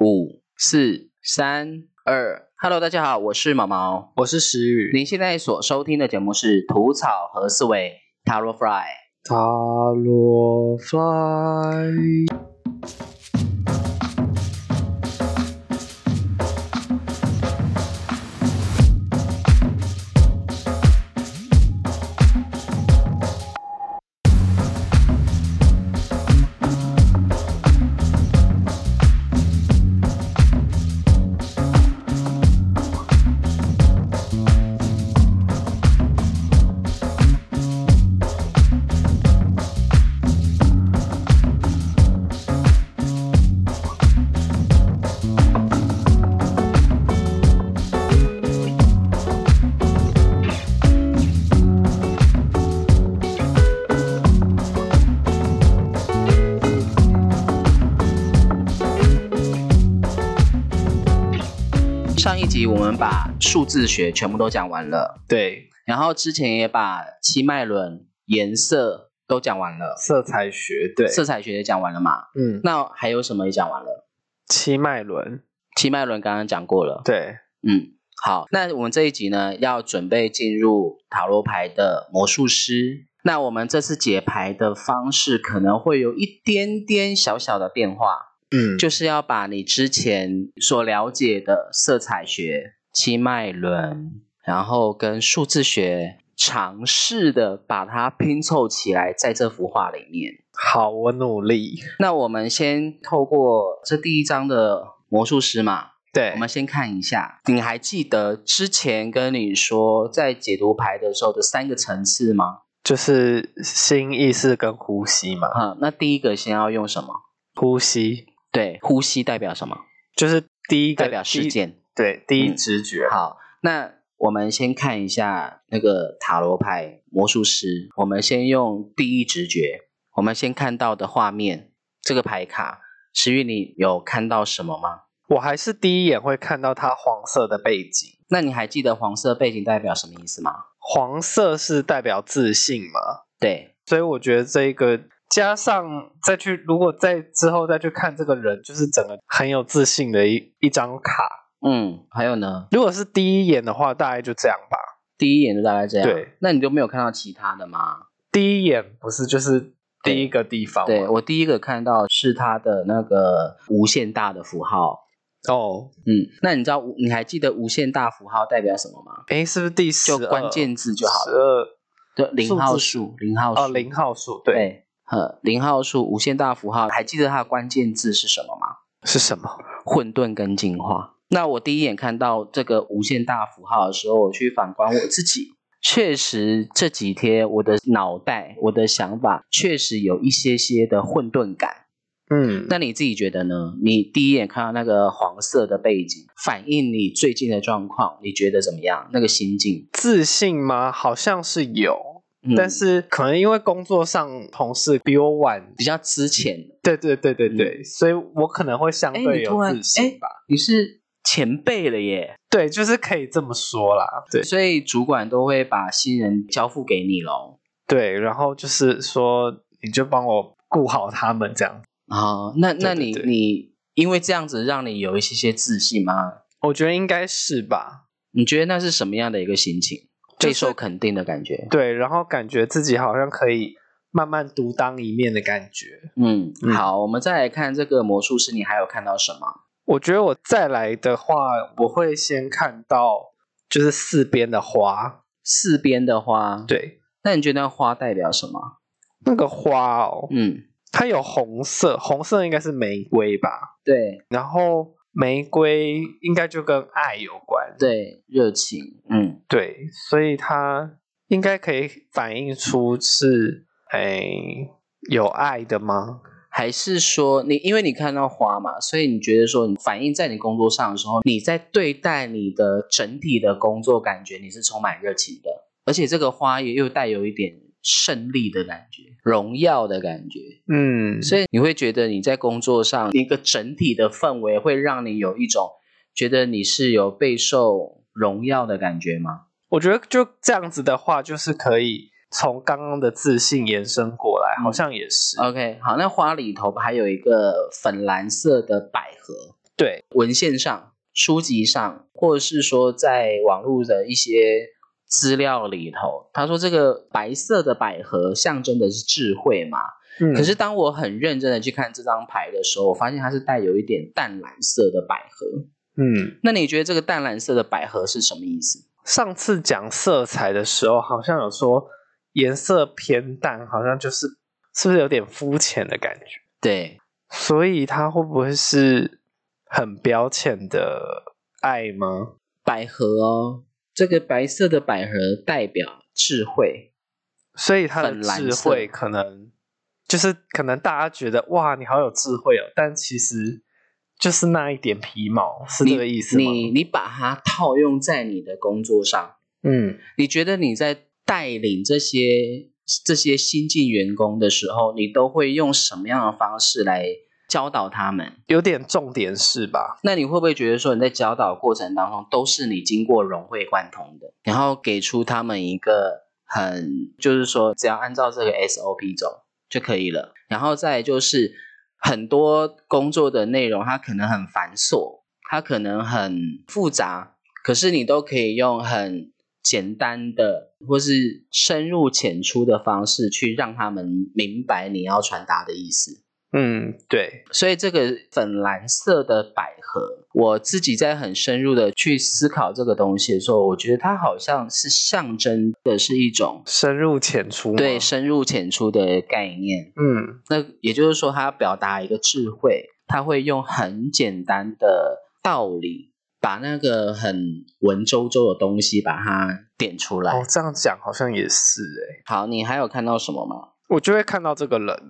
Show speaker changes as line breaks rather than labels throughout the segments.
五、四、三、二。Hello，大家好，我是毛毛。
我是石宇。
您现在所收听的节目是《吐草和思维》（Taro Fry）。
塔罗 fly，
上一集我们把数字学全部都讲完了，
对，
然后之前也把七脉轮、颜色都讲完了，
色彩学，对，
色彩学也讲完了嘛？
嗯，
那还有什么也讲完了？
七脉轮，
七脉轮刚刚讲过了。
对，
嗯，好，那我们这一集呢，要准备进入塔罗牌的魔术师。那我们这次解牌的方式可能会有一点点小小的变化，
嗯，
就是要把你之前所了解的色彩学、七脉轮，然后跟数字学，尝试的把它拼凑起来，在这幅画里面。
好，我努力，
那我们先透过这第一章的魔术师嘛，
对，
我们先看一下，你还记得之前跟你说在解读牌的时候的三个层次吗？
就是心意识跟呼吸嘛，
啊、那第一个先要用什么？
呼吸
对，呼吸代表什么？
就是第一个
代表事，件。
第对，第一
嗯
直觉，
好，那我们先看一下那个塔罗牌魔术师，我们先用第一直觉，我们先看到的画面，这个牌卡，石玉，你有看到什么吗？
我还是第一眼会看到它黄色的背景，
那你还记得黄色背景代表什么意思吗？
黄色是代表自信嘛，
对，
所以我觉得这一个加上再去，如果在之后再去看这个人，就是整个很有自信的一一张卡。
嗯，还有呢？
如果是第一眼的话，大概就这样吧。
第一眼就大概这样。
对，
那你就没有看到其他的吗？
第一眼不是就是第一个地方吗？
对我第一个看到是它的那个无限大的符号。
哦，
嗯，那你知道无你还记得无限大符号代表什么吗？
诶，是不是第十
就关键字就好
十
了。
二
对，零号
数字
数，零号数，
哦，零号数对
对，呃，零号数无限大符号，还记得它的关键字是什么吗？
是什么？
混沌跟进化。那我第一眼看到这个无限大符号的时候，我去反观我自己，确实这几天我的脑袋、我的想法确实有一些些的混沌感。
嗯，
那你自己觉得呢？你第一眼看到那个黄色的背景，反映你最近的状况，你觉得怎么样？那个心境？
自信吗？好像是有，
嗯
但是可能因为工作上同事比我晚，
比较之前，
对对对对对，所以我可能会相
哎，
对
你突
有
然
自信
哎
吧。，
嗯你是前辈了耶，
对，就是可以这么说啦。对
所以主管都会把新人交付给你喽。
对，然后就是说，你就帮我顾好他们这样。
哦，那那
对
你
对
你因为这样子让你有一些些自信吗？
我觉得应该是吧。
你觉得那是什么样的一个心情？
就
备
是
受肯定的感觉。
对，然后感觉自己好像可以慢慢独当一面的感觉。
嗯，
嗯
好，我们再来看这个魔术师，你还有看到什么？
我觉得我再来的话，我会先看到就是四边的花。
四边的花，，
对，
那你觉得花代表什么？
那个花哦，
嗯，
它有红色，红色应该是玫瑰吧。
对
然后玫瑰应该就跟爱有关。
对，热情，嗯，
对，所以它应该可以反映出是哎有爱的吗？
还是说你因为你看到花嘛，所以你觉得说你反映在你工作上的时候，你在对待你的整体的工作感觉，你是充满热情的，而且这个花也又带有一点胜利的感觉、荣耀的感觉，
嗯，
所以你会觉得你在工作上一个整体的氛围会让你有一种觉得你是有备受荣耀的感觉吗？
我觉得就这样子的话，就是可以从刚刚的自信延伸过来，好
嗯
像也是。
OK，好，那花里头还有一个粉蓝色的百合，
对，
文献上、书籍上，或者是说在网络的一些资料里头，他说这个白色的百合象征的是智慧嘛。
嗯
可是当我很认真的去看这张牌的时候，我发现它是带有一点淡蓝色的百合。
嗯，
那你觉得这个淡蓝色的百合是什么意思？
上次讲色彩的时候，好像有说颜色偏淡，好像就是是不是有点肤浅的感觉？
对，
所以它会不会是很表浅的爱吗？
百合哦，这个白色的百合代表智慧。
所以他的
粉蓝
智
色
慧可能就是可能大家觉得哇，你好有智慧哦，但其实就是那一点皮毛，是这个意思吗？
你你把它套用在你的工作上，
嗯
你觉得你在带领这些这些新进员工的时候，你都会用什么样的方式来教导他们？
有点重点是吧？
那你会不会觉得说你在教导过程当中都是你经过融会贯通的，然后给出他们一个很就是说只要按照这个 SOP 走就可以了。然后再来就是很多工作的内容，它可能很繁琐，它可能很复杂，可是你都可以用很简单的或是深入浅出的方式去让他们明白你要传达的意思。
嗯，对，
所以这个粉蓝色的百合，我自己在很深入的去思考这个东西的时候，我觉得它好像是象征的是一种
深入浅出嘛。
对深入浅出的概念。
嗯
那也就是说，它要表达一个智慧，它会用很简单的道理，把那个很文绉绉的东西把它点出来。
哦，这样讲好像也是哎、
好，你还有看到什么吗？
我就会看到这个人了，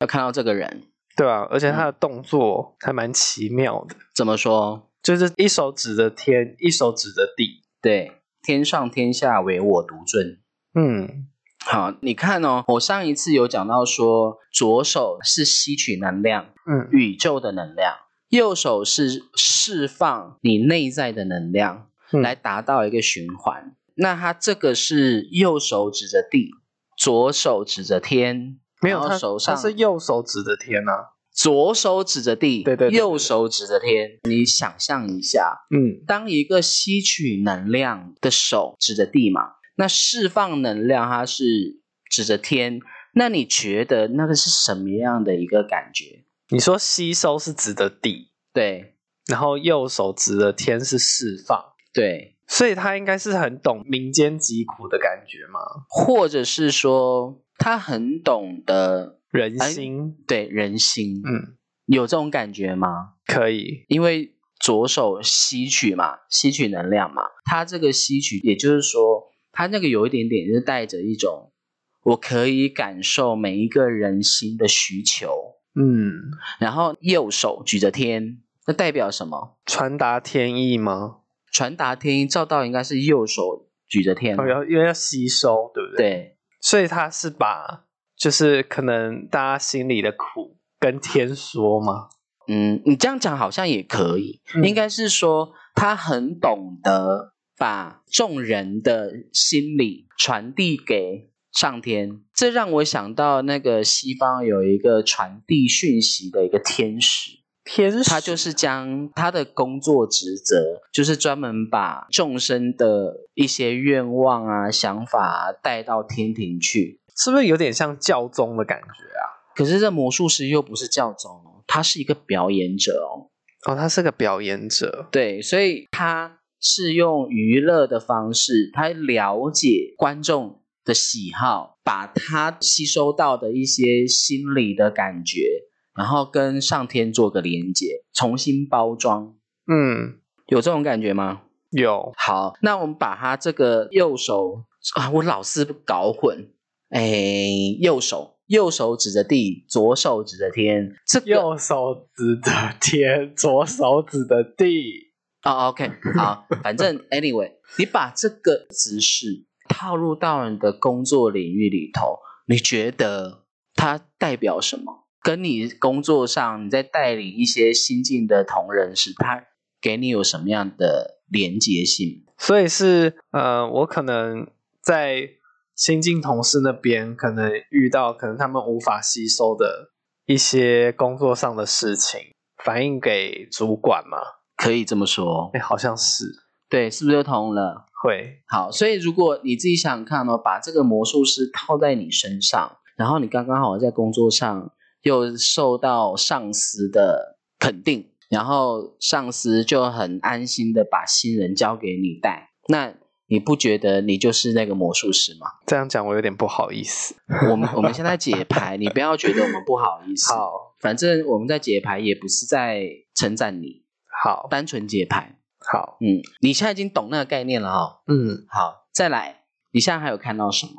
要看到这个人
对吧、而且他
嗯
的动作还蛮奇妙的，
怎么说？
就是一手指着天，一手指着地。
对，天上天下唯我独尊。
嗯
好，你看哦，我上一次有讲到说，左手是吸取能量，
嗯
宇宙的能量；右手是释放你内在的能量，
嗯
来达到一个循环。那它这个是右手指着地，左手指着天，
没有
然后
他，
手上
他是右手指着天啊。
左手指着地，
对对对对
右手指着天。你想象一下，
嗯，
当一个吸取能量的手指着地嘛，那释放能量它是指着天，那你觉得那个是什么样的一个感觉？
你说吸收是指的地，
对
然后右手指的天是释放，
对，
所以他应该是很懂民间疾苦的感觉嘛，
或者是说他很懂得
人心，
对人心，
嗯，
有这种感觉吗？
可以，
因为左手吸取嘛，吸取能量嘛，它这个吸取，也就是说，它那个有一点点是带着一种，我可以感受每一个人心的需求。
嗯，
然后右手举着天，那代表什么？
传达天意吗？
传达天意，照道应该是右手举着天嘛。
哦，要因为要吸收，对不对？对，
对
所以他是把就是可能大家心里的苦跟天说嘛，
嗯，你这样讲好像也可以，
嗯
应该是说他很懂得把众人的心理传递给上天，这让我想到那个西方有一个传递讯息的一个天使，
天使
他就是将他的工作职责，就是专门把众生的一些愿望啊、想法啊带到天庭去。
是不是有点像教宗的感觉啊？
可是这魔术师又不是教宗哦，他是一个表演者哦。
哦，他是个表演者，
对，所以他是用娱乐的方式，他了解观众的喜好，把他吸收到的一些心理的感觉，然后跟上天做个连接，重新包装，
嗯，
有这种感觉吗？
有，
好，那我们把他这个右手啊，我老是搞混，哎，右手。右手指着地，左手指着天。这个
右手指的天，左手指的地。
哦、o k 好，反正 anyway，你把这个姿势套入到你的工作领域里头，你觉得它代表什么？跟你工作上你在带领一些新进的同仁时，它给你有什么样的连结性？
所以是呃，我可能在新进同事那边，可能遇到可能他们无法吸收的一些工作上的事情，反映给主管嘛？
可以这么说
哎、。好像是
对，是不是就通了？
会，
好，所以如果你自己想想看哦，把这个魔术师套在你身上，然后你刚刚好在工作上又受到上司的肯定，然后上司就很安心的把新人交给你带，那你不觉得你就是那个魔术师吗？
这样讲我有点不好意思。
我们我们现在解牌，你不要觉得我们不好意思，
好，
反正我们在解牌也不是在称赞你，
好，
单纯解牌。
好，
嗯，你现在已经懂那个概念了哦。
嗯，
好，再来，你现在还有看到什么？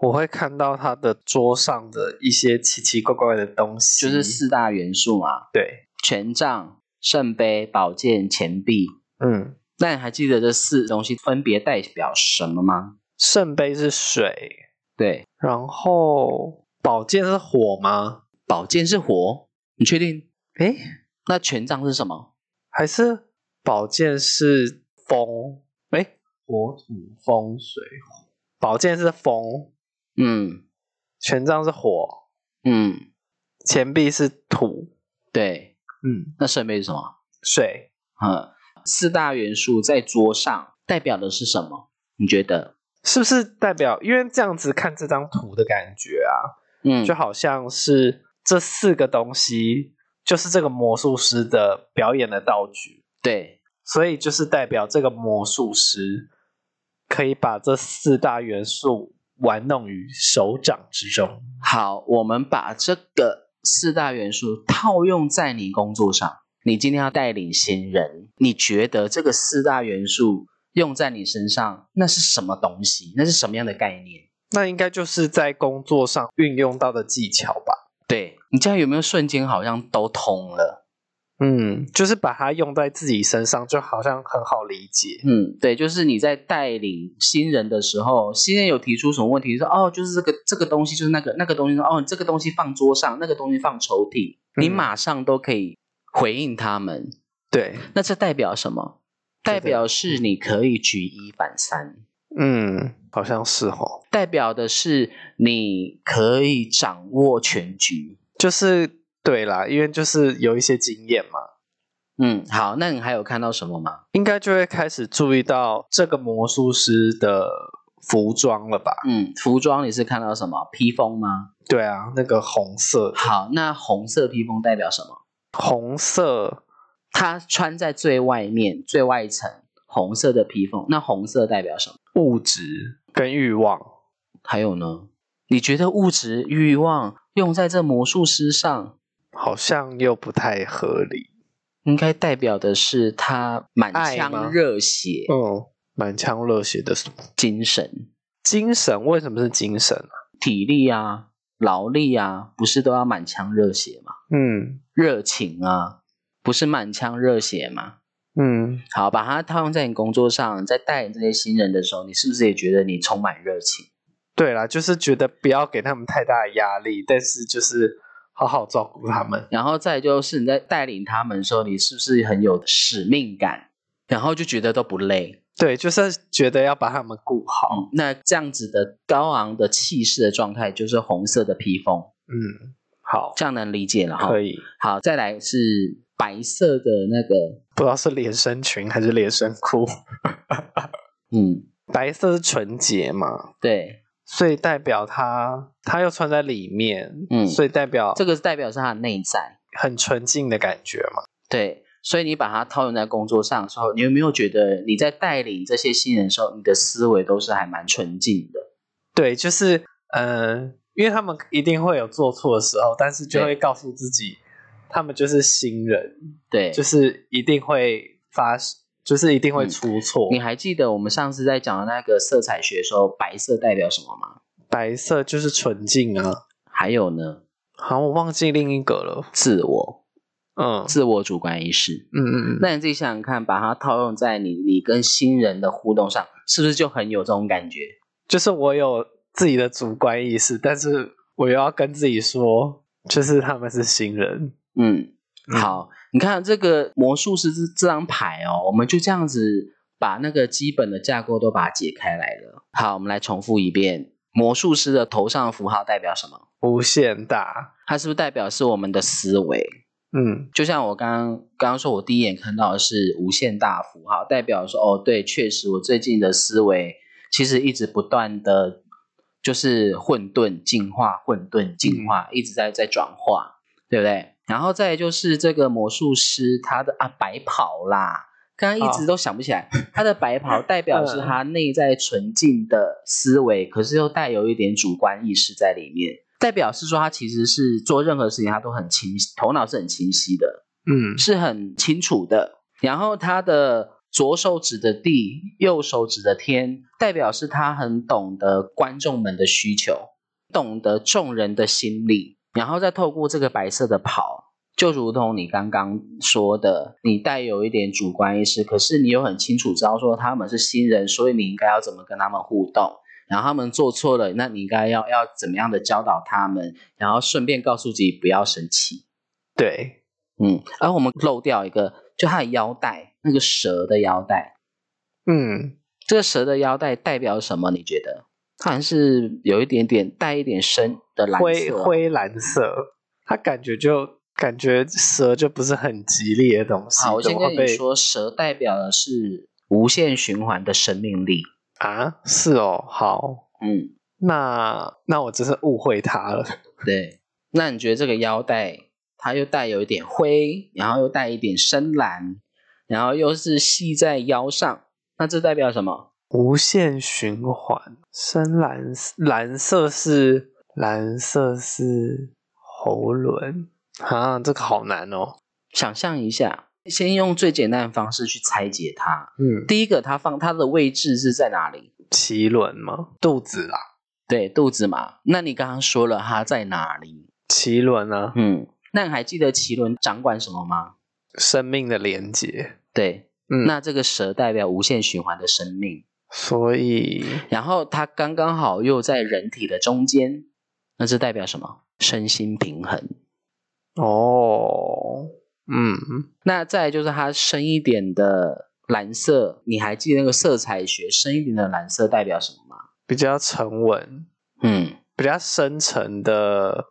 我会看到他的桌上的一些奇奇怪怪的东西，
就是四大元素嘛，
对，
权杖、圣杯、宝剑、钱币。
嗯，
那你还记得这四东西分别代表什么吗？
圣杯是水，
对，
然后宝剑是火吗？
宝剑是火，你确定？
诶，
那权杖是什么？
还是宝剑是风？诶，火土风水火，宝剑是风，
嗯
权杖是火，
嗯，
钱币是土，
对。
嗯，
那圣杯是什么？
水。
嗯，四大元素在桌上代表的是什么？你觉得？
是不是代表？因为这样子看这张图的感觉啊，
嗯
就好像是这四个东西就是这个魔术师的表演的道具，
对，
所以就是代表这个魔术师可以把这四大元素玩弄于手掌之中。
好，我们把这个四大元素套用在你工作上。你今天要带领新人，你觉得这个四大元素用在你身上，那是什么东西？那是什么样的概念？
那应该就是在工作上运用到的技巧吧？
对你这样有没有瞬间好像都通了？
嗯，就是把它用在自己身上，就好像很好理解。
嗯，对，就是你在带领新人的时候，新人有提出什么问题，说哦，就是这个这个东西，就是那个那个东西，哦，这个东西放桌上，那个东西放抽屉，你
嗯
马上都可以回应他们。
对，
那这代表什么？
对
代表是你可以举一反三，
嗯，好像是哦，
代表的是你可以掌握全局。
就是对啦，因为就是有一些经验嘛。
嗯，好，那你还有看到什么吗？
应该就会开始注意到这个魔术师的服装了吧？
嗯，服装你是看到什么披风吗？
对啊，那个红色，
好，那红色披风代表什么？
红色
它穿在最外面最外层红色的披风，那红色代表什么？
物质跟欲望，
还有呢？你觉得物质欲望用在这魔术师上，
好像又不太合理。
应该代表的是他满
爱吗
腔热血
嗯，满腔热血的
精神。
精神，为什么是精神啊？
体力啊、劳力啊，不是都要满腔热血吗？
嗯
热情啊，不是满腔热血吗？
嗯，
好，把它套用在你工作上，在带领这些新人的时候，你是不是也觉得你充满热情？
对啦，就是觉得不要给他们太大的压力，但是就是好好照顾他们。
然后再就是你在带领他们的时候，你是不是很有使命感？然后就觉得都不累。
对，就是觉得要把他们顾好。
嗯，那这样子的高昂的气势的状态，就是红色的披风，
嗯，好，
这样能理解了哈
可。以。
好，再来是白色的那个，
不知道是连身裙还是连身裤。
嗯，
白色是纯洁嘛，
对，
所以代表它，它又穿在里面，
嗯
所以代表
这个代表是它的内在。
很纯净的感觉嘛。
对，所以你把它套用在工作上的时候，你有没有觉得你在带领这些新人的时候，你的思维都是还蛮纯净的？
对，就是嗯、呃因为他们一定会有做错的时候，但是就
对
会告诉自己，他们就是新人，
对，
就是一定会发，就是一定会出错。
嗯你还记得我们上次在讲的那个色彩学的时候，白色代表什么吗？
白色就是纯净啊，
还有呢，
好，我忘记另一个了。
自我、
嗯
自我主观意识。
嗯嗯嗯，
那你自己想想看，把它套用在你你跟新人的互动上，是不是就很有这种感觉？
就是我有自己的主观意识，但是我又要跟自己说，就是他们是新人。
嗯，
嗯
好，你看这个魔术师这这张牌哦，我们就这样子把那个基本的架构都把它解开来了。好，我们来重复一遍，魔术师的头上的符号代表什么？
无限大，
它是不是代表是我们的思维？
嗯
就像我刚刚刚刚说，我第一眼看到的是无限大符号，代表说哦，对，确实我最近的思维其实一直不断的就是混沌进化，混沌进化，一直在在转化，对不对？然后再来就是这个魔术师他的啊白袍啦，刚刚一直
哦
都想不起来，他的白袍代表是他内在纯净的思维，可是又带有一点主观意识在里面。代表是说，他其实是做任何事情，他都很清，头脑是很清晰的。
嗯
是很清楚的。然后他的左手指的地，右手指的天，代表是他很懂得观众们的需求，懂得众人的心理，然后再透过这个白色的袍。就如同你刚刚说的，你带有一点主观意识，可是你又很清楚知道说他们是新人，所以你应该要怎么跟他们互动，然后他们做错了，那你应该要要怎么样的教导他们，然后顺便告诉自己不要生气。
对，
嗯，而我们漏掉一个，就它的腰带，那个蛇的腰带。
嗯
这个蛇的腰带代表什么？你觉得？它好像是有一点点带一点深的蓝
灰
色，啊
灰蓝色，它感觉就感觉蛇就不是很吉利的东西，
好，我
怎
先跟
么会
你
被
说，蛇代表的是无限循环的生命力。
啊，是哦，好，
嗯，
那那我真是误会它了，
对。那你觉得这个腰带，它又带有一点灰，然后又带一点深蓝，然后又是系在腰上，那这代表什么？
无限循环，深蓝蓝色是蓝色是喉轮啊，这个好难哦，
想象一下，先用最简单的方式去拆解它。
嗯，
第一个，它放它的位置是在哪里？
脐轮吗？肚子啦，
对，肚子嘛。那你刚刚说了它在哪里？
脐轮啊，
嗯，那你还记得脐轮掌管什么吗？
生命的连接，
对，
嗯，
那这个蛇代表无限循环的生命，
所以
然后它刚刚好又在人体的中间，那这代表什么？身心平衡。
哦，嗯，
那再来就是它深一点的蓝色，你还记得那个色彩学深一点的蓝色代表什么吗？
比较沉稳，
嗯，
比较深沉的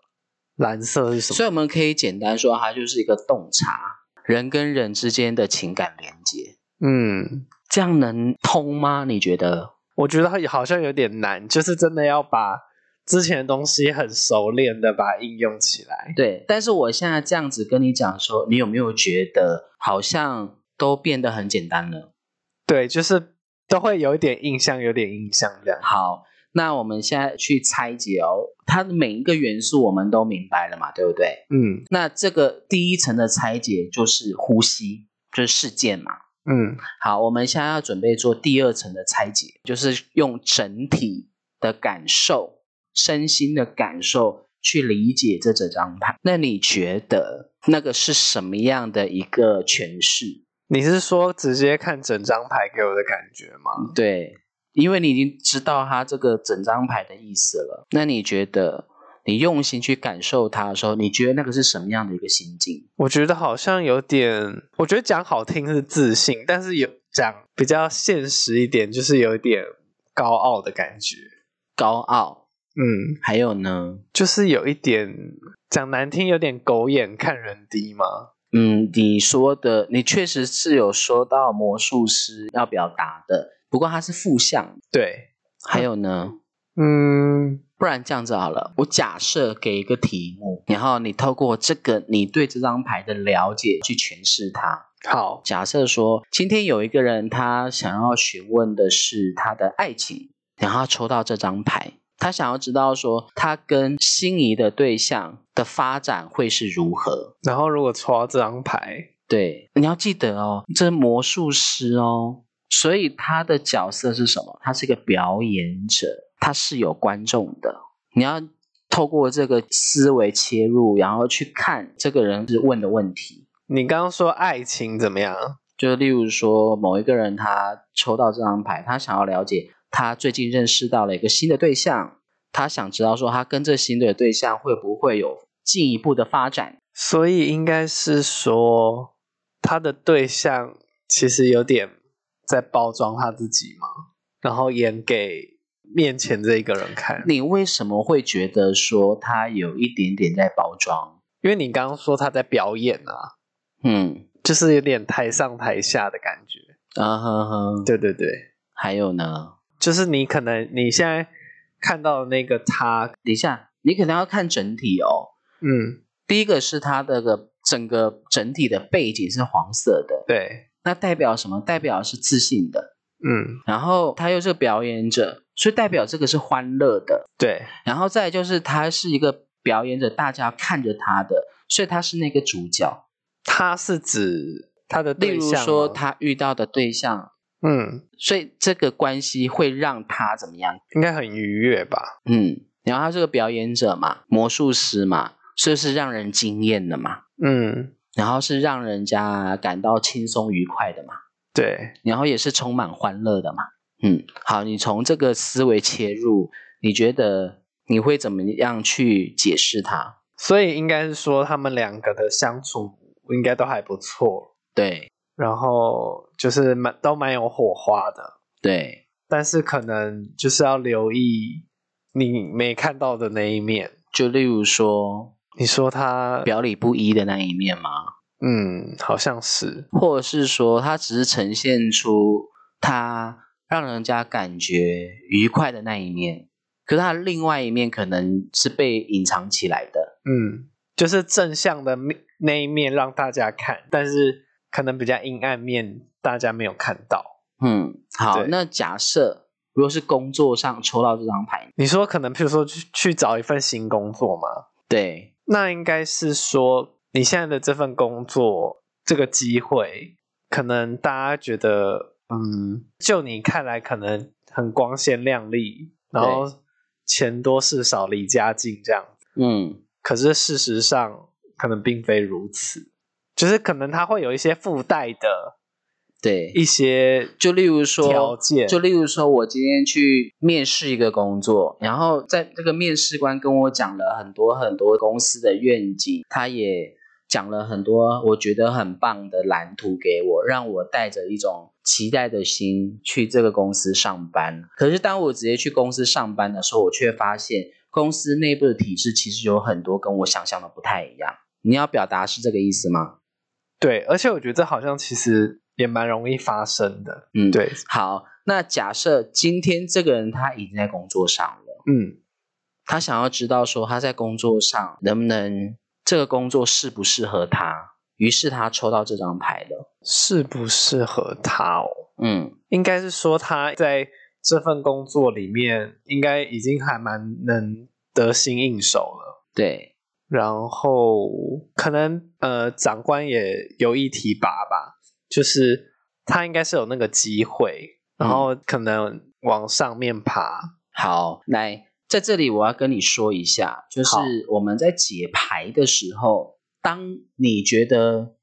蓝色是什么？
所以我们可以简单说，它就是一个洞察人跟人之间的情感连接。
嗯，
这样能通吗？你觉得？
我觉得好像有点难，就是真的要把之前的东西很熟练的把它应用起来。
对，但是我现在这样子跟你讲说，你有没有觉得好像都变得很简单了？
对，就是都会有一点印象，有点印象这样。
好，那我们现在去拆解哦，它的每一个元素我们都明白了嘛，对不对？
嗯
那这个第一层的拆解就是呼吸，就是事件嘛。
嗯
好，我们现在要准备做第二层的拆解，就是用整体的感受、身心的感受去理解这整张牌。那你觉得那个是什么样的一个诠释？
你是说直接看整张牌给我的感觉吗？
对，因为你已经知道它这个整张牌的意思了。那你觉得你用心去感受它的时候，你觉得那个是什么样的一个心境？
我觉得好像有点，我觉得讲好听是自信，但是有讲比较现实一点，就是有一点高傲的感觉。
高傲，
嗯，
还有呢？
就是有一点讲难听，有点狗眼看人低嘛。
嗯，你说的，你确实是有说到魔术师要表达的，不过它是负向。
对，
还有呢，
嗯，
不然这样子好了，我假设给一个题目，然后你透过这个你对这张牌的了解去诠释它。
好，
假设说，今天有一个人他想要询问的是他的爱情，然后他抽到这张牌，他想要知道说他跟心仪的对象的发展会是如何。
然后如果抽到这张牌，
对，你要记得哦，这是魔术师哦，所以他的角色是什么？他是一个表演者，他是有观众的。你要透过这个思维切入，然后去看这个人是问的问题。
你刚刚说爱情怎么样？
就例如说，某一个人他抽到这张牌，他想要了解他最近认识到了一个新的对象，他想知道说他跟这新的对象会不会有进一步的发展。
所以应该是说他的对象其实有点在包装他自己嘛，然后演给面前这一个人看。
你为什么会觉得说他有一点点在包装？
因为你刚刚说他在表演啊，
嗯
就是有点台上台下的感觉。
啊呵呵，
对对对，
还有呢，
就是你可能你现在看到的那个他，
等一下你可能要看整体哦。
嗯，
第一个是它的个整个整体的背景是黄色的，
对，
那代表什么？代表是自信的。
嗯，
然后他又是个表演者，所以代表这个是欢乐的。
对，
然后再来就是他是一个表演者，大家看着他的，所以他是那个主角。
他是指他的
例
对
如
象吗哦
说，他遇到的对象，
嗯，
所以这个关系会让他怎么样？
应该很愉悦吧？
嗯，然后他是个表演者嘛，魔术师嘛，所以是让人惊艳的嘛，
嗯，
然后是让人家感到轻松愉快的嘛，
对，
然后也是充满欢乐的嘛。嗯，好，你从这个思维切入，你觉得你会怎么样去解释它？
所以应该是说他们两个的相处应该都还不错，
对
然后就是蛮都蛮有火花的，
对，
但是可能就是要留意你没看到的那一面。
就例如说
你说他，
表里不一的那一面吗？
嗯，好像是，
或者是说它只是呈现出它让人家感觉愉快的那一面，可是它另外一面可能是被隐藏起来的。
嗯，就是正向的面那一面让大家看，但是可能比较阴暗面大家没有看到。
嗯，好，
对
那假设如果是工作上抽到这张牌，
你说可能，譬如说去去找一份新工作嘛，
对，
那应该是说你现在的这份工作这个机会，可能大家觉得，嗯，就你看来可能很光鲜亮丽，然后钱多事少离家近这样子，
嗯，
可是事实上可能并非如此，就是可能它会有一些附带的
对，
一些
就例如说
条件，
就例如说，我今天去面试一个工作，然后在这个面试官跟我讲了很多很多公司的愿景，他也讲了很多我觉得很棒的蓝图给我，让我带着一种期待的心去这个公司上班。可是当我直接去公司上班的时候，我却发现公司内部的体制其实有很多跟我想象的不太一样。你要表达是这个意思吗？
对，而且我觉得这好像其实也蛮容易发生的，
嗯，。
对，
好，那假设今天这个人他已经在工作上了。
嗯，
他想要知道说他在工作上能不能这个工作适不适合他，于是他抽到这张牌了。
适不适合他哦？
嗯，
应该是说他在这份工作里面，应该已经还蛮能得心应手了。
对，
然后可能呃，长官也有意提拔吧，就是他应该是有那个机会，然后
嗯
可能往上面爬。
好，来，在这里我要跟你说一下，就是
好
我们在解牌的时候，当你觉得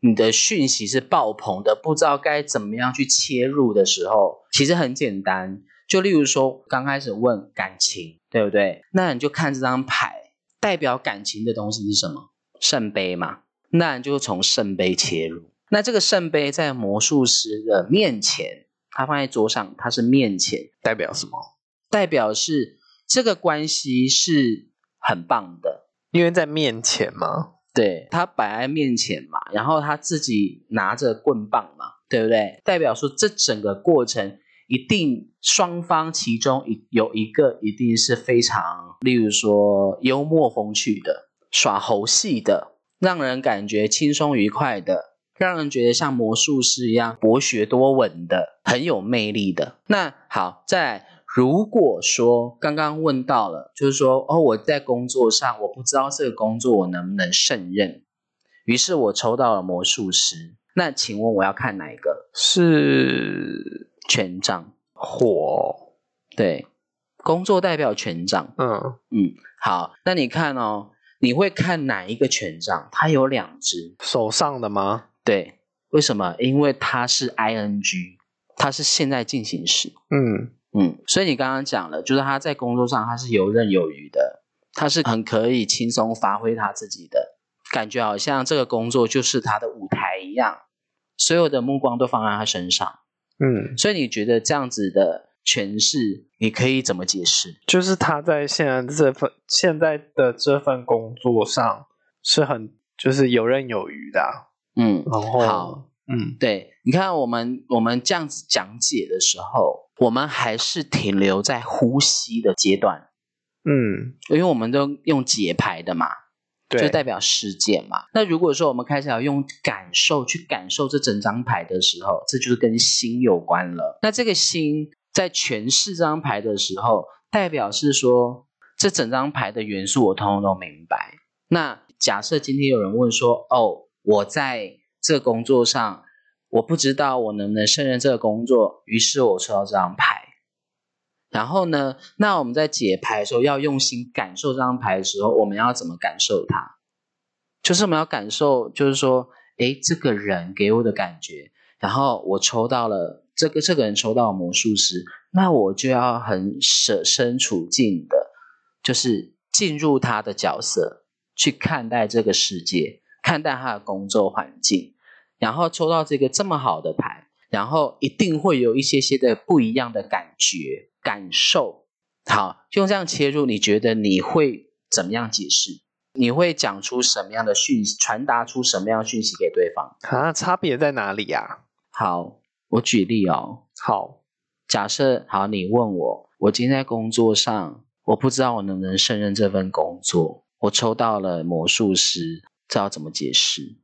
你的讯息是爆棚的，不知道该怎么样去切入的时候，其实很简单。就例如说，刚开始问感情，对不对？那你就看这张牌，代表感情的东西是什么？圣杯嘛。那你就从圣杯切入。那这个圣杯在魔术师的面前，他放在桌上，它是面前。
代表什么？
代表是这个关系是很棒的，
因为在面前嘛，
对他摆在面前嘛，然后他自己拿着棍棒嘛，对不对？代表说这整个过程一定双方其中一有一个一定是非常，例如说幽默风趣的、耍猴戏的，让人感觉轻松愉快的。让人觉得像魔术师一样博学多闻的，很有魅力的。那好，再来，如果说刚刚问到了，就是说哦，我在工作上我不知道这个工作我能不能胜任，于是我抽到了魔术师。那请问我要看哪一个？
是
权杖，
火，
对，工作代表权杖。
嗯，
嗯，好，那你看哦，你会看哪一个权杖？它有两只，
手上的吗？
对，为什么？因为它是 ing，它是现在进行时。
嗯，
嗯，所以你刚刚讲了，就是他在工作上他是游刃有余的，他是很可以轻松发挥他自己的，感觉好像这个工作就是他的舞台一样，所有的目光都放在他身上。
嗯，
所以你觉得这样子的诠释，你可以怎么解释？
就是他在现在这份现在的这份工作上是很就是游刃有余的啊、
嗯，
然后，
好
嗯，
对，你看我们我们这样子讲解的时候，我们还是停留在呼吸的阶段，
嗯，
因为我们都用节拍的嘛，就
对，
代表实践嘛。那如果说我们开始要用感受去感受这整张牌的时候，这就是跟心有关了。那这个心在诠释这张牌的时候，代表是说这整张牌的元素我通通都明白。那假设今天有人问说，哦，我在这工作上我不知道我能不能胜任这个工作，于是我抽到这张牌。然后呢，那我们在解牌的时候要用心感受这张牌的时候，我们要怎么感受它？就是我们要感受，就是说，诶，这个人给我的感觉，然后我抽到了这个这个人抽到了魔术师，那我就要很舍身处境的，就是进入他的角色，去看待这个世界，看待他的工作环境，然后抽到这个这么好的牌，然后一定会有一些些的不一样的感觉感受。好，用这样切入，你觉得你会怎么样解释？你会讲出什么样的讯息，传达出什么样的讯息给对方？
啊，差别在哪里啊？
好，我举例哦，
好，
假设好，你问我，我今天在工作上，我不知道我能不能胜任这份工作，我抽到了魔术师，这要怎么解释？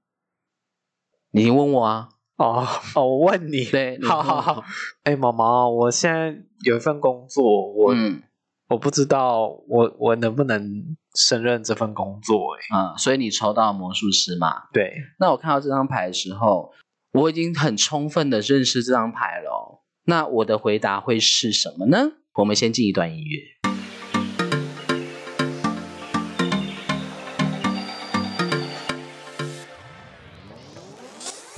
你问我啊，
哦哦，我问你，
对，你
好
问
好
我
好，，哎、毛毛，我现在有一份工作，我、
嗯
我不知道我我能不能胜任这份工作、哎，
啊、所以你抽到魔术师嘛？
对，
那我看到这张牌的时候，我已经很充分的认识这张牌了哦、那我的回答会是什么呢？我们先进一段音乐。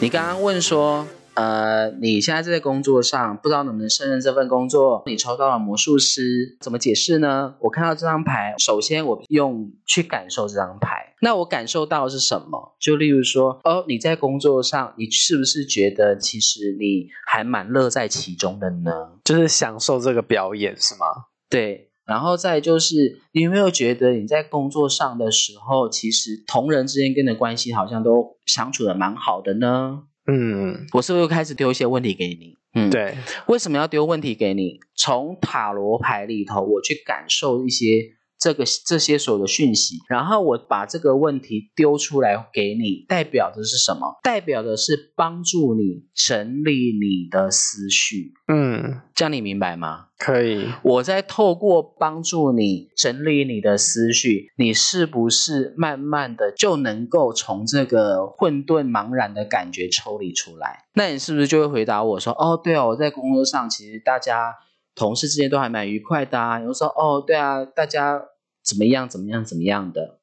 你刚刚问说，呃，你现在在工作上不知道能不能胜任这份工作，你抽到了魔术师，怎么解释呢？我看到这张牌，首先我用去感受这张牌，那我感受到的是什么？就例如说，哦，你在工作上，你是不是觉得其实你还蛮乐在其中的呢？
就是享受这个表演是吗？
对，然后再就是，你有没有觉得你在工作上的时候，其实同人之间跟你的关系好像都相处的蛮好的呢？
嗯，
我是不是又开始丢一些问题给你？嗯，。
对，
为什么要丢问题给你？从塔罗牌里头，我去感受一些这个这些所有的讯息，然后我把这个问题丢出来给你，代表的是什么？代表的是帮助你整理你的思绪，
嗯，
这样你明白吗？
可以，
我在透过帮助你整理你的思绪，你是不是慢慢的就能够从这个混沌茫然的感觉抽离出来？那你是不是就会回答我说：“哦，对哦，我在工作上其实大家同事之间都还蛮愉快的啊。”然后说：“哦，对啊，大家怎么样怎么样怎么样的，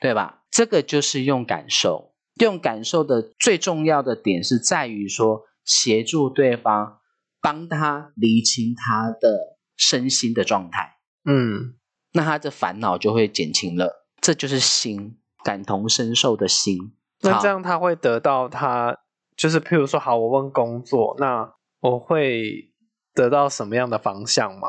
对吧？”这个就是用感受，用感受的最重要的点是在于说协助对方。帮他厘清他的身心的状态，
嗯，
那他的烦恼就会减轻了。这就是心，感同身受的心。
那
好
这样他会得到他就是，譬如说，好，我问工作，那我会得到什么样的方向吗？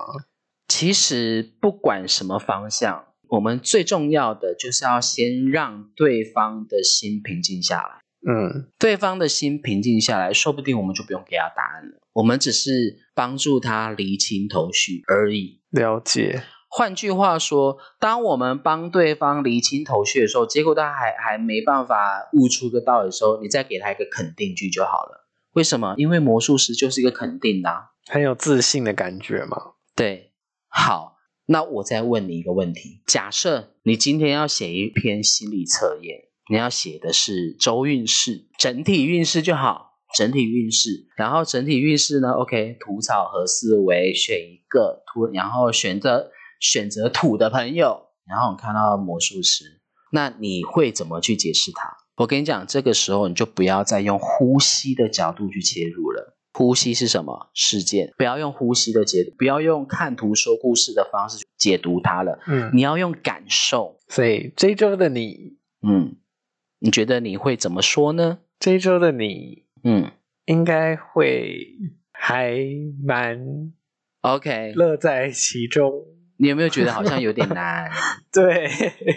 其实不管什么方向，我们最重要的就是要先让对方的心平静下来。
嗯
对方的心平静下来，说不定我们就不用给他答案了，我们只是帮助他厘清头绪而已。，
了解。
换句话说，当我们帮对方厘清头绪的时候，结果他还还没办法悟出个道理的时候，你再给他一个肯定句就好了。为什么？因为魔术师就是一个肯定的、啊。
很有自信的感觉嘛。
对，好，那我再问你一个问题：假设你今天要写一篇心理测验，你要写的是周运势，整体运势就好，整体运势。然后整体运势呢？OK，土草合四维选一个土，然后选择选择土的朋友，然后你看到魔术师，那你会怎么去解释它？我跟你讲，这个时候你就不要再用呼吸的角度去切入了。呼吸是什么事件？不要用呼吸的解读，不要用看图说故事的方式去解读它了。
嗯，
你要用感受。
所以这一周的你，
嗯，你觉得你会怎么说呢？
这一周的你
嗯
应该会还蛮
，OK，
乐在其中。
你有没有觉得好像有点难？
对，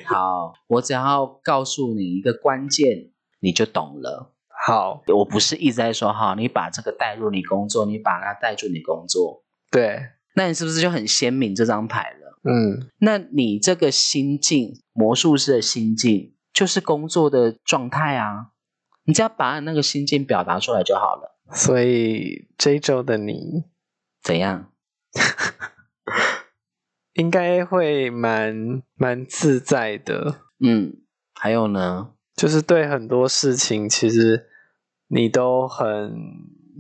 好，我只要告诉你一个关键，你就懂了。
好，
我不是一直在说哈，你把这个带入你工作，你把它带入你工作，
对，
那你是不是就很鲜明这张牌了？
嗯，
那你这个心境，魔术师的心境，就是工作的状态啊。你只要把那个心境表达出来就好了。
所以这一周的你
怎样？
应该会蛮蛮自在的，
嗯，还有呢？
就是对很多事情其实你都很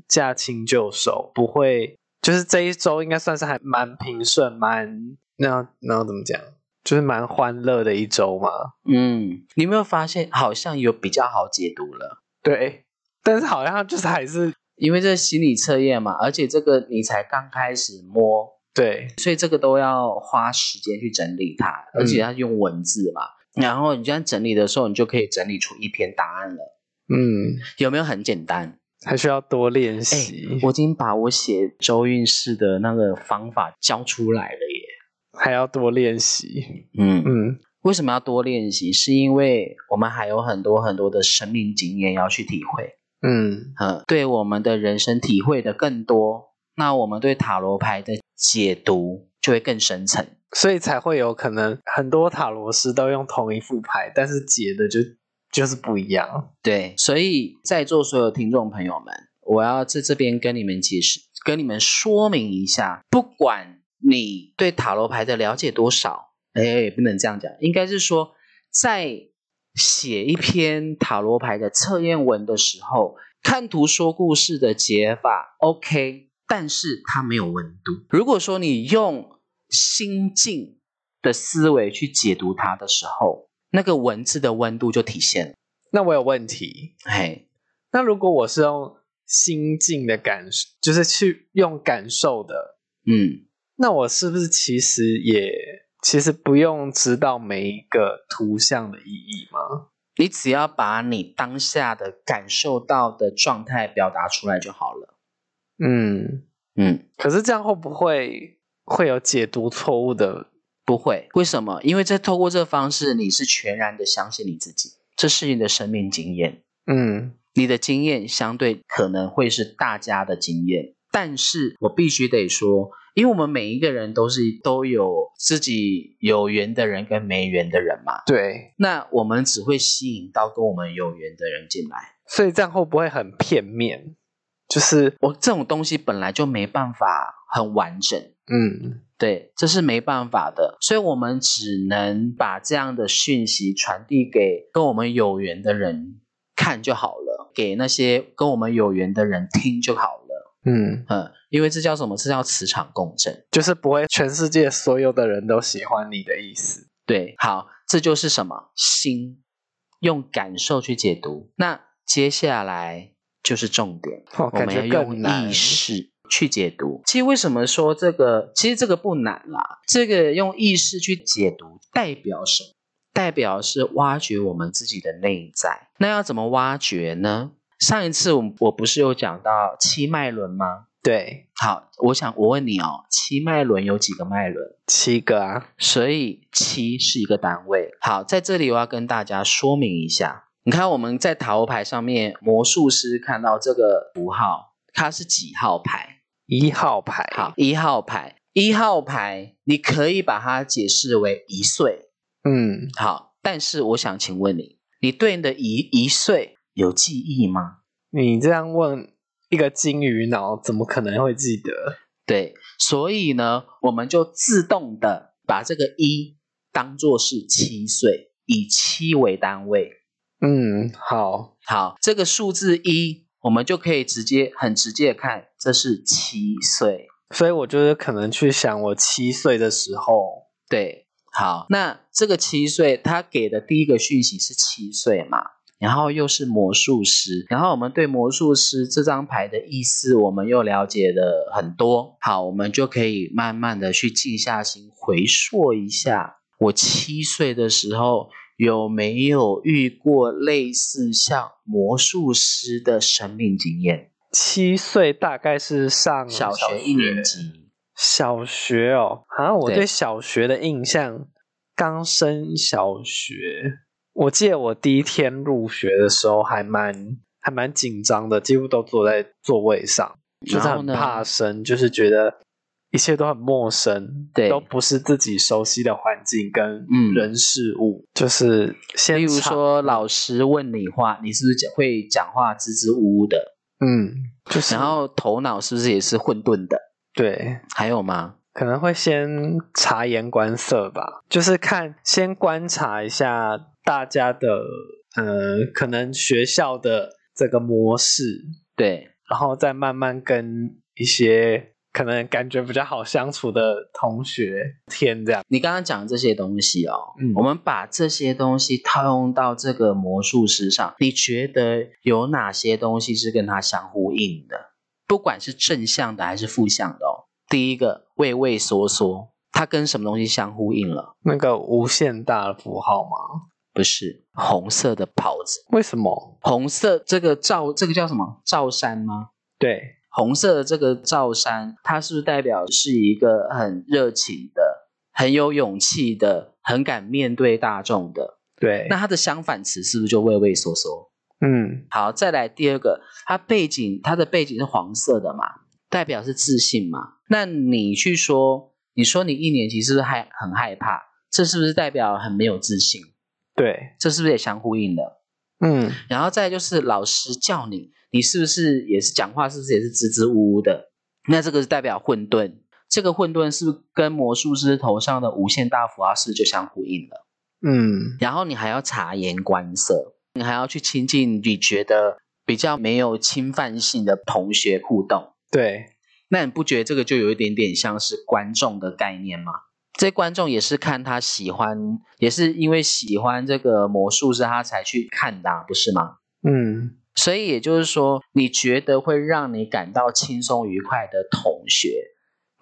驾轻就熟，不会，就是这一周应该算是还蛮平顺，蛮那然后怎么讲，就是蛮欢乐的一周嘛。
嗯，你有没有发现好像有比较好解读了？
对，但是好像就是还是
因为这是心理测验嘛，而且这个你才刚开始摸，
对，
所以这个都要花时间去整理它，而且要用文字嘛。然后你这样整理的时候，你就可以整理出一篇答案了。
嗯，
有没有很简单？
还需要多练习，
哎我已经把我写周运势的那个方法教出来了耶。
还要多练习。
嗯，
嗯，
为什么要多练习？是因为我们还有很多很多的生命经验要去体会，
嗯，
嗯，对我们的人生体会的更多，那我们对塔罗牌的解读就会更深层。
所以才会有可能很多塔罗师都用同一副牌，但是解的就就是不一样。
对，所以在座所有听众朋友们，我要在这边跟你们解释，跟你们说明一下，不管你对塔罗牌的了解多少，哎，也不能这样讲，应该是说，在写一篇塔罗牌的测验文的时候，看图说故事的解法 OK，但是它没有温度。如果说你用心境的思维去解读它的时候，那个文字的温度就体现了，
那我有问题，
哎。
那如果我是用心境的感受，就是去用感受的，
嗯，
那我是不是其实也其实不用知道每一个图像的意义吗？
你只要把你当下的感受到的状态表达出来就好了。
嗯，
嗯，
可是这样会不会会有解读错误的？
不会，为什么？因为这透过这方式，你是全然的相信你自己，这是你的生命经验，
嗯
你的经验相对可能会是大家的经验。但是我必须得说，因为我们每一个人都是都有自己有缘的人跟没缘的人嘛，，
对，
那我们只会吸引到跟我们有缘的人进来。
所以这样会不会很片面？就是
我这种东西本来就没办法很完整，
嗯
对，这是没办法的，所以我们只能把这样的讯息传递给跟我们有缘的人看就好了，给那些跟我们有缘的人听就好了。
嗯，
嗯，因为这叫什么？这叫磁场共振。
就是不会全世界所有的人都喜欢你的意思。
对，好，这就是什么心，用感受去解读。那接下来就是重点，
哦，
我
感
们要
觉更
用
难
意。识去解读。其实为什么说这个？其实这个不难啦，这个用意识去解读代表什么？代表是挖掘我们自己的内在。那要怎么挖掘呢？上一次我我不是有讲到七脉轮吗？
对，
好，我想我问你哦，七脉轮有几个脉轮？
七个啊，
所以七是一个单位。好，在这里我要跟大家说明一下，你看我们在塔罗牌上面，魔术师看到这个符号，它是几号牌？
一号牌。
好，，一号牌。一号牌，你可以把它解释为一岁。
嗯，
好，但是我想请问你，你对你的一一岁有记忆吗？
你这样问一个金鱼脑，怎么可能会记得？
对，所以呢，我们就自动的把这个一当做是七岁，以七为单位。
嗯，好，
好，这个数字一，我们就可以直接很直接地看，这是七岁。
所以我就是可能去想我七岁的时候，
对，好，那这个七岁他给的第一个讯息是七岁嘛，然后又是魔术师，然后我们对魔术师这张牌的意思，我们又了解的很多。好，我们就可以慢慢的去静下心回溯一下，我七岁的时候有没有遇过类似像魔术师的生命经验？
七岁大概是上
嗯小学一年，级，
小学哦，啊，我
对
对小学的印象，刚升小学，我记得我第一天入学的时候还蛮还蛮紧张的，几乎都坐在座位上，就是
然后
很
呢
怕生，就是觉得一切都很陌生，
对
都不是自己熟悉的环境跟
嗯
人事物，就是先
例如
尝
说老师问你话，你是不是讲会讲话支支吾吾的？
嗯，就是
然后头脑是不是也是混沌的？
对，
还有吗？
可能会先察言观色吧，就是看先观察一下大家的呃，可能学校的这个模式，
对，
然后再慢慢跟一些可能感觉比较好相处的同学天这样。
你刚刚讲的这些东西哦，
嗯
我们把这些东西套用到这个魔术师上，你觉得有哪些东西是跟它相呼应的？不管是正向的还是负向的哦。第一个畏畏缩缩，它跟什么东西相呼应了？
那个无限大的符号吗？
不是红色的袍子，
为什么？
红色这个罩，这个叫什么罩衫吗？
对，
红色的这个罩衫，它是不是代表是一个很热情的、很有勇气的、很敢面对大众的？
对，
那它的相反词是不是就畏畏缩缩？
嗯，
好，再来第二个，它背景它的背景是黄色的嘛，代表是自信嘛。那你去说，你说你一年级是不是害很害怕？这是不是代表很没有自信？
对，
这是不是也相呼应的？
嗯，
然后再就是老师叫你，你是不是也是讲话，是不是也是支支吾吾的？那这个是代表混沌，这个混沌是不是跟魔术师头上的无限大符号是不是就相呼应了？
嗯，
然后你还要察言观色，你还要去亲近你觉得比较没有侵犯性的同学互动。
对，
那你不觉得这个就有一点点像是观众的概念吗？这观众也是看他喜欢，也是因为喜欢这个魔术师，他才去看的啊、不是吗？
嗯，
所以也就是说，你觉得会让你感到轻松愉快的同学，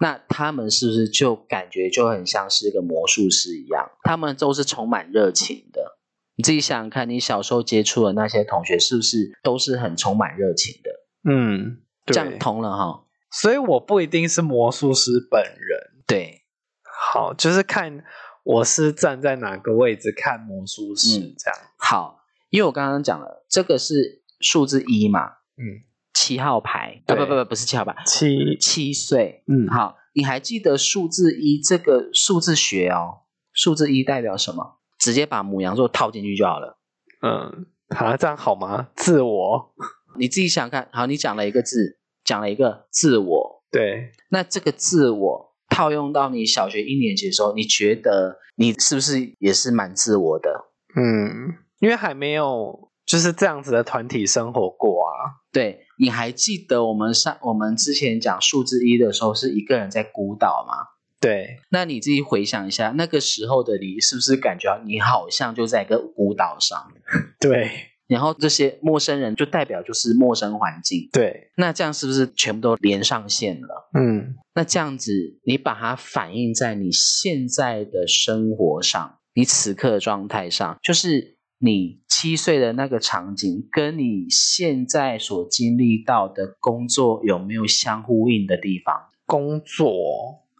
那他们是不是就感觉就很像是一个魔术师一样？他们都是充满热情的。你自己想想看，你小时候接触的那些同学，是不是都是很充满热情的？
嗯，对
这样通了哈？
所以我不一定是魔术师本人，
对，
好，就是看我是站在哪个位置看魔术师
嗯
这样。
好，因为我刚刚讲了，这个是数字一嘛，
嗯，
七号牌啊，
对
不不不，不是七号牌，
七，
七岁，
嗯，
好，你还记得数字一这个数字学哦？数字一代表什么？直接把母羊座套进去就好了。
嗯，啊，这样好吗？自我，
你自己想看，好，你讲了一个字，讲了一个自我，
对，
那这个自我套用到你小学一年级的时候，你觉得你是不是也是蛮自我的？
嗯，因为还没有就是这样子的团体生活过啊。
对，你还记得我们上我们之前讲数字一的时候是一个人在孤岛吗？
对，
那你自己回想一下，那个时候的你是不是感觉你好像就在一个孤岛上？
对，
然后这些陌生人就代表就是陌生环境，
对，
那这样是不是全部都连上线了？
嗯，
那这样子，你把它反映在你现在的生活上，你此刻的状态上，就是你七岁的那个场景，跟你现在所经历到的工作有没有相呼应的地方？
工作，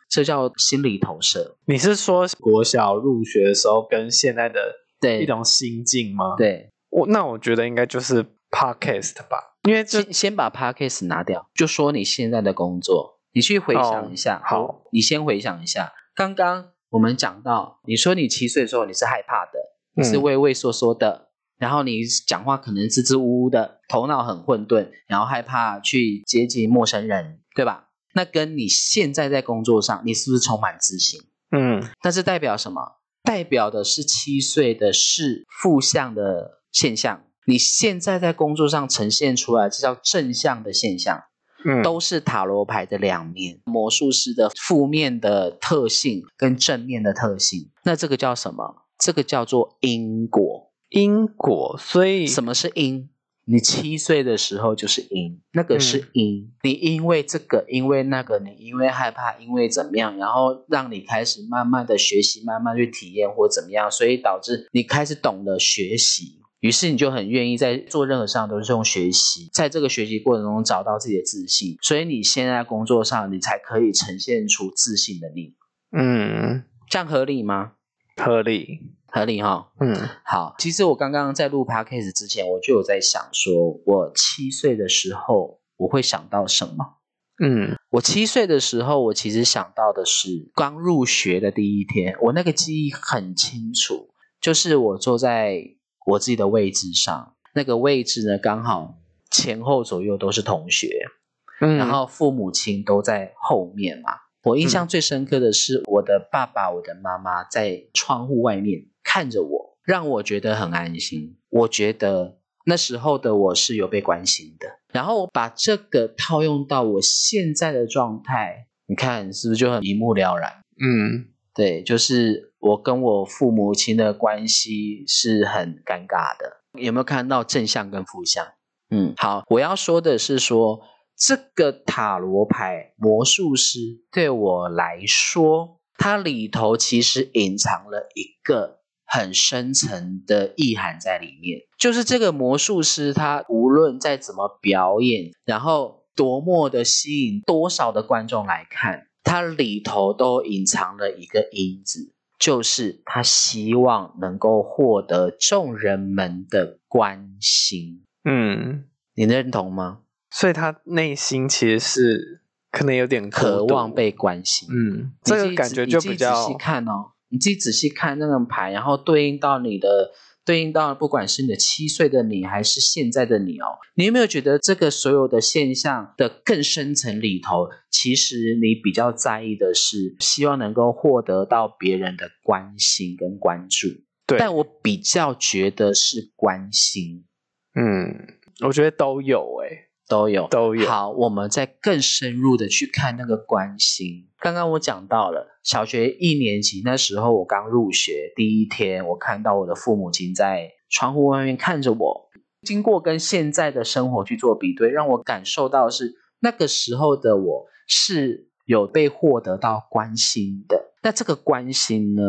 这叫心理投射，
你是说国小入学的时候跟现在的
对
一种心境吗？，
对，
我那我觉得应该就是 podcast 吧，因为这
先先把 podcast 拿掉，就说你现在的工作，你去回想一下。
哦好，
你先回想一下，刚刚我们讲到，你说你七岁的时候你是害怕的，你是
嗯
畏畏缩缩的，然后你讲话可能支支吾吾的，头脑很混沌，然后害怕去接近陌生人，对吧？那跟你现在在工作上，你是不是充满自信？
嗯，
但是代表什么？代表的是七岁的是负向的现象。你现在在工作上呈现出来，这叫正向的现象，
嗯
都是塔罗牌的两面，魔术师的负面的特性跟正面的特性。那这个叫什么？这个叫做因果。
因果，所以
什么是因？你七岁的时候就是因，那个是因。你因为这个，因为那个，你因为害怕，因为怎么样，然后让你开始慢慢的学习，慢慢去体验或怎么样，所以导致你开始懂得学习。于是你就很愿意在做任何上都是用学习，在这个学习过程中找到自己的自信，所以你现在工作上你才可以呈现出自信的你，
嗯
这样合理吗？
合理，
合理哈、
嗯
好，其实我刚刚在录 podcast 之前，我就有在想说，我七岁的时候我会想到什么？
嗯
我七岁的时候，我其实想到的是刚入学的第一天，我那个记忆很清楚，就是我坐在我自己的位置上，那个位置呢刚好前后左右都是同学，
嗯，
然后父母亲都在后面嘛。我印象最深刻的是，我的爸爸、我的妈妈在窗户外面看着我，让我觉得很安心。我觉得那时候的我是有被关心的。然后我把这个套用到我现在的状态，你看是不是就很一目了然？
嗯
对，就是我跟我父母亲的关系是很尴尬的。有没有看到正向跟负向？嗯，好，我要说的是说，这个塔罗牌魔术师对我来说，它里头其实隐藏了一个很深层的意涵在里面。就是这个魔术师，他无论再怎么表演，然后多么的吸引多少的观众来看，它里头都隐藏了一个因子，就是他希望能够获得众人们的关心。
嗯，
你认同吗？
所以他内心其实是可能有点孤
渴望
独，
被关心。
嗯，
你
这
自己
个感
仔
觉
你
就
自己
比
仔
较
细看哦，你自己仔细看那张牌，然后对应到你的，对应到不管是你的七岁的你，还是现在的你哦，你有没有觉得这个所有的现象的更深层里头，其实你比较在意的是希望能够获得到别人的关心跟关注，
对，
但我比较觉得是关心
嗯，我觉得都有诶、
都有，
都有，
好，我们再更深入的去看那个关心。刚刚我讲到了小学一年级那时候，我刚入学第一天，我看到我的父母亲在窗户外面看着我。经过跟现在的生活去做比对，让我感受到是那个时候的我是有被获得到关心的。那这个关心呢，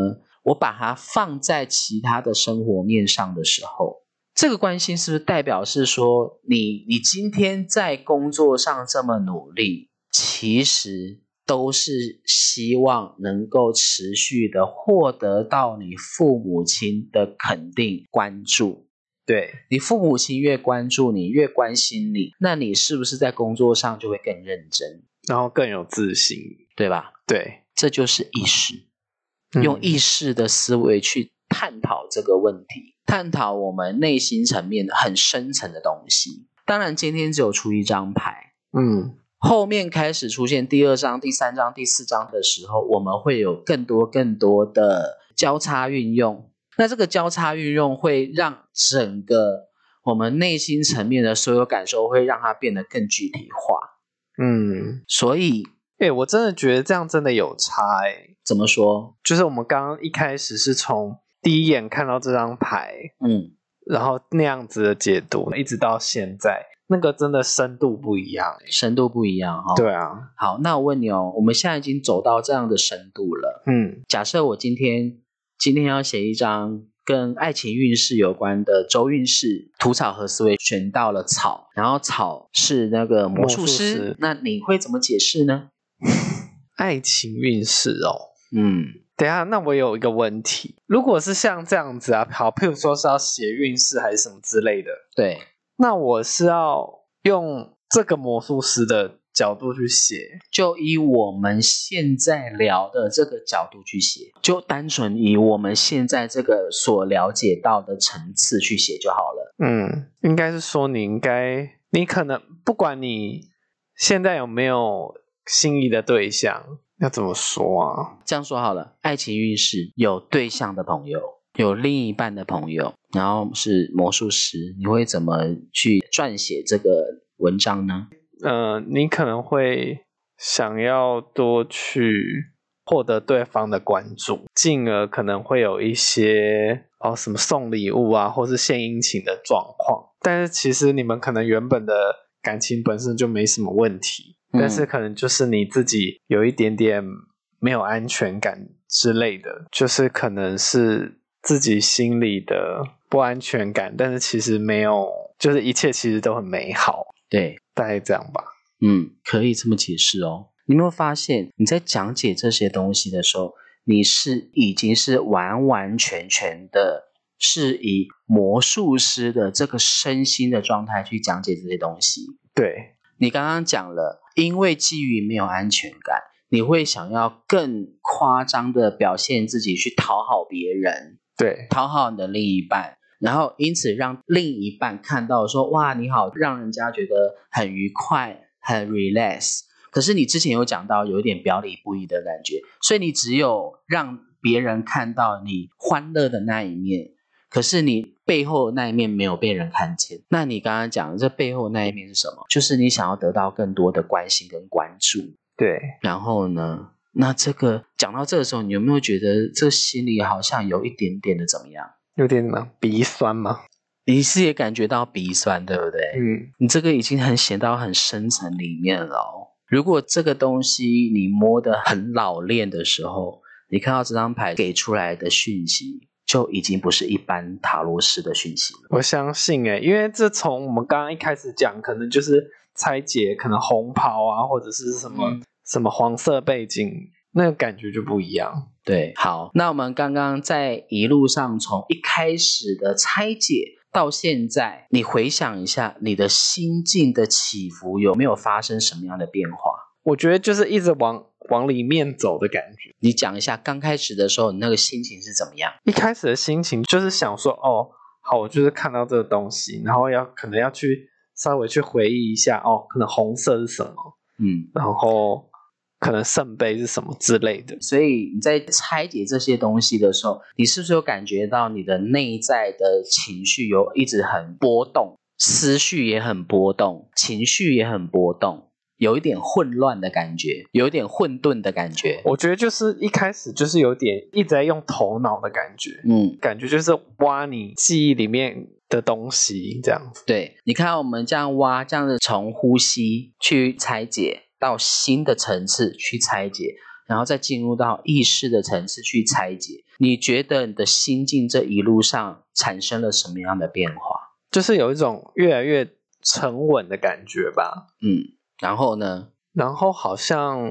我把它放在其他的生活面上的时候，这个关心是不是代表是说你你今天在工作上这么努力，其实都是希望能够持续的获得到你父母亲的肯定关注。
对，
你父母亲越关注你，越关心你，那你是不是在工作上就会更认真，
然后更有自信，
对吧？
对，
这就是意识。
嗯
用意识的思维去探讨这个问题，探讨我们内心层面很深层的东西。当然，今天只有出一张牌，
嗯
后面开始出现第二张、第三张、第四张的时候，我们会有更多更多的交叉运用。那这个交叉运用会让整个我们内心层面的所有感受，会让它变得更具体化。
嗯，
所以
诶、我真的觉得这样真的有差诶、
怎么说？
就是我们刚刚一开始是从第一眼看到这张牌，
嗯，
然后那样子的解读，一直到现在，那个真的深度不一样、欸。
深度不一样哈、哦。
对啊，
好，那我问你哦，我们现在已经走到这样的深度了。
嗯
假设我今天今天要写一张跟爱情运势有关的周运势，土草和思维选到了草，然后草是那个魔术
魔术
师
师，
那你会怎么解释呢？
爱情运势哦。
嗯，
等一下，那我有一个问题，如果是像这样子啊，好，譬如说是要写运势还是什么之类的，
对，
那我是要用这个魔术师的角度去写，
就以我们现在聊的这个角度去写，就单纯以我们现在这个所了解到的层次去写就好了。
嗯，应该是说你应该，你可能不管你现在有没有心仪的对象，要怎么说啊？
这样说好了，爱情运是有对象的朋友，有另一半的朋友，然后是魔术师，你会怎么去撰写这个文章呢？
呃，你可能会想要多去获得对方的关注，进而可能会有一些哦什么送礼物啊，或是献殷勤的状况。但是其实你们可能原本的感情本身就没什么问题，
嗯
但是可能就是你自己有一点点没有安全感之类的，就是可能是自己心里的不安全感，但是其实没有，就是一切其实都很美好，
对，
大概这样吧。
嗯，可以这么解释哦。你有没有发现你在讲解这些东西的时候，你是已经是完完全全的是以魔术师的这个身心的状态去讲解这些东西？
对，
你刚刚讲了，因为基于没有安全感，你会想要更夸张的表现自己，去讨好别人，
对，
讨好你的另一半，然后因此让另一半看到说，哇，你好，让人家觉得很愉快，很 relax。可是你之前有讲到有一点表里不一的感觉，所以你只有让别人看到你欢乐的那一面，可是你背后的那一面没有被人看见。那你刚刚讲的这背后的那一面是什么？就是你想要得到更多的关心跟关注。
对，
然后呢，那这个讲到这个时候，你有没有觉得这心里好像有一点点的怎么样？
有点呢鼻酸嘛。
你是也感觉到鼻酸，对不对？
嗯，
你这个已经很写到很深层里面了哦、如果这个东西你摸得很老练的时候，你看到这张牌给出来的讯息，就已经不是一般塔罗师的讯息了。
我相信诶、因为这从我们刚刚一开始讲，可能就是拆解，可能红袍啊，或者是什么、
嗯
什么黄色背景，那个感觉就不一样。
对，好，那我们刚刚在一路上从一开始的拆解到现在，你回想一下你的心境的起伏有没有发生什么样的变化？
我觉得就是一直往往里面走的感觉。
你讲一下刚开始的时候你那个心情是怎么样？
一开始的心情就是想说，哦，好，我就是看到这个东西，然后要可能要去稍微去回忆一下，哦，可能红色是什么，
嗯，
然后可能圣杯是什么之类的。
所以你在拆解这些东西的时候，你是不是有感觉到你的内在的情绪有一直很波动，思绪也很波动，情绪也很波动，有一点混乱的感觉，有一点混沌的感觉？
我觉得就是一开始就是有点一直在用头脑的感觉，
嗯，
感觉就是挖你记忆里面的东西这样子。
对，你看我们这样挖，这样子从呼吸去拆解到新的层次去拆解，然后再进入到意识的层次去拆解。你觉得你的心境这一路上产生了什么样的变化？
就是有一种越来越沉稳的感觉吧。
嗯，然后呢？
然后好像